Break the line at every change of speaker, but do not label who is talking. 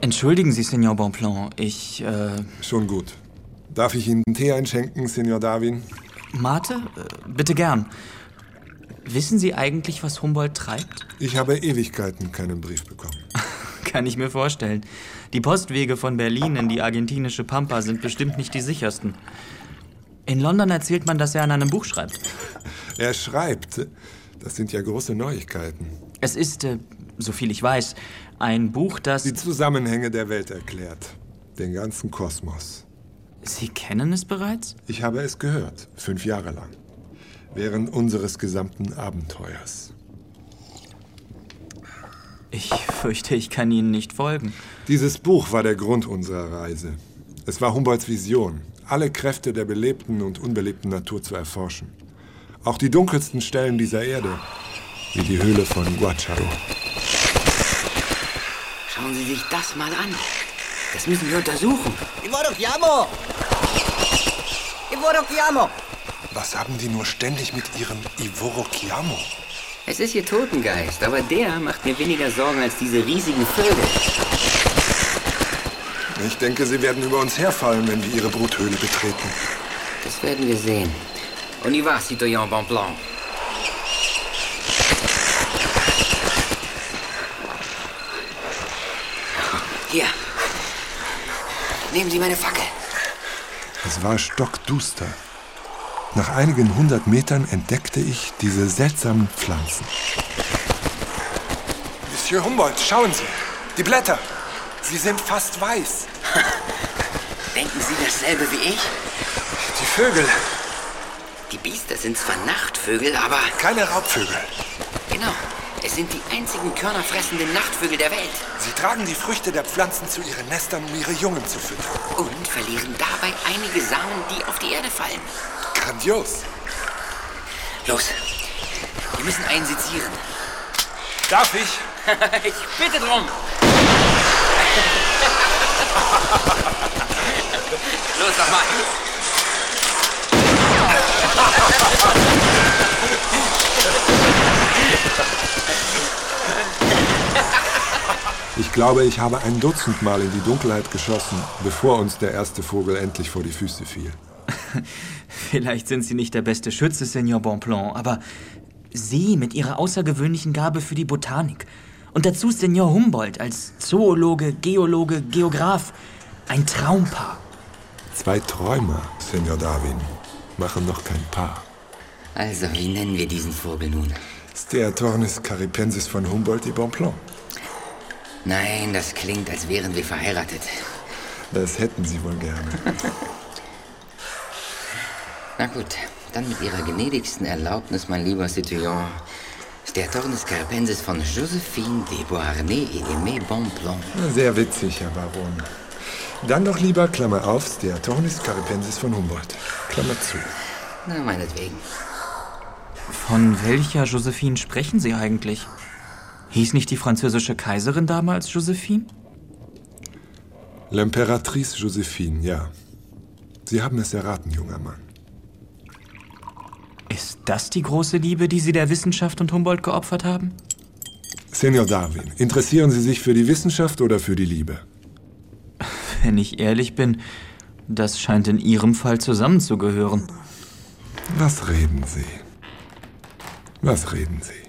Entschuldigen Sie, Signor Bonpland. Ich, äh,
Schon gut. Darf ich Ihnen einen Tee einschenken, Senior Darwin?
Mate? Äh, Bitte gern. Wissen Sie eigentlich, was Humboldt treibt?
Ich habe Ewigkeiten keinen Brief bekommen.
Kann ich mir vorstellen. Die Postwege von Berlin in die argentinische Pampa sind bestimmt nicht die sichersten. In London erzählt man, dass er an einem Buch schreibt.
Er schreibt. Das sind ja große Neuigkeiten.
Es ist, äh, soviel ich weiß, ein Buch, das...
Die Zusammenhänge der Welt erklärt. Den ganzen Kosmos.
Sie kennen es bereits?
Ich habe es gehört. Fünf Jahre lang. Während unseres gesamten Abenteuers.
Ich fürchte, ich kann Ihnen nicht folgen.
Dieses Buch war der Grund unserer Reise. Es war Humboldts Vision, alle Kräfte der belebten und unbelebten Natur zu erforschen. Auch die dunkelsten Stellen dieser Erde, wie die Höhle von Guacharo.
Schauen Sie sich das mal an. Das müssen wir untersuchen.
Ivorocchiamo! Ivorocchiamo!
Was haben die nur ständig mit ihrem Ivoro Chiamo?
Es ist Ihr Totengeist, aber der macht mir weniger Sorgen als diese riesigen Vögel.
Ich denke, sie werden über uns herfallen, wenn wir ihre Bruthöhle betreten.
Das werden wir sehen. On y va, citoyen Bonpland. Hier. Nehmen Sie meine Fackel.
Es war stockduster. Nach einigen hundert Metern entdeckte ich diese seltsamen Pflanzen.
Monsieur Humboldt, schauen Sie. Die Blätter. Sie sind fast weiß.
Denken Sie dasselbe wie ich?
Die Vögel.
Die Biester sind zwar Nachtvögel, aber
Keine Raubvögel.
genau, es sind die einzigen körnerfressenden Nachtvögel der Welt.
Sie tragen die Früchte der Pflanzen zu ihren Nestern, um ihre Jungen zu füttern.
Und verlieren dabei einige Samen, die auf die Erde fallen.
Grandios.
Los, wir müssen einen sezieren.
Darf ich?
Ich bitte drum. Los, mach mal.
Ich glaube, ich habe ein Dutzend Mal in die Dunkelheit geschossen, bevor uns der erste Vogel endlich vor die Füße fiel.
Vielleicht sind Sie nicht der beste Schütze, Signor Bonpland, aber Sie mit Ihrer außergewöhnlichen Gabe für die Botanik. Und dazu Signor Humboldt als Zoologe, Geologe, Geograf. Ein Traumpaar.
Zwei Träumer, Senor Darwin, machen noch kein Paar.
Also, wie nennen wir diesen Vogel nun?
Steatornis caripensis von Humboldt y Bonpland.
Nein, das klingt, als wären wir verheiratet.
Das hätten sie wohl gerne.
Na gut, dann mit Ihrer gnädigsten Erlaubnis, mein lieber Citoyen. Der Tornis Carapensis von Josephine de Beauharnais et Aimé Bonpland.
Sehr witzig, Herr Baron. Dann doch lieber Klammer auf, Steatornis caripensis von Humboldt. Klammer zu.
Na, meinetwegen.
Von welcher Josephine sprechen Sie eigentlich? Hieß nicht die französische Kaiserin damals Josephine?
L'Imperatrice Josephine, ja. Sie haben es erraten, junger Mann.
Ist das die große Liebe, die Sie der Wissenschaft und Humboldt geopfert haben?
Senor Darwin, interessieren Sie sich für die Wissenschaft oder für die Liebe?
Wenn ich ehrlich bin, das scheint in Ihrem Fall zusammenzugehören.
Was reden Sie? Was reden Sie?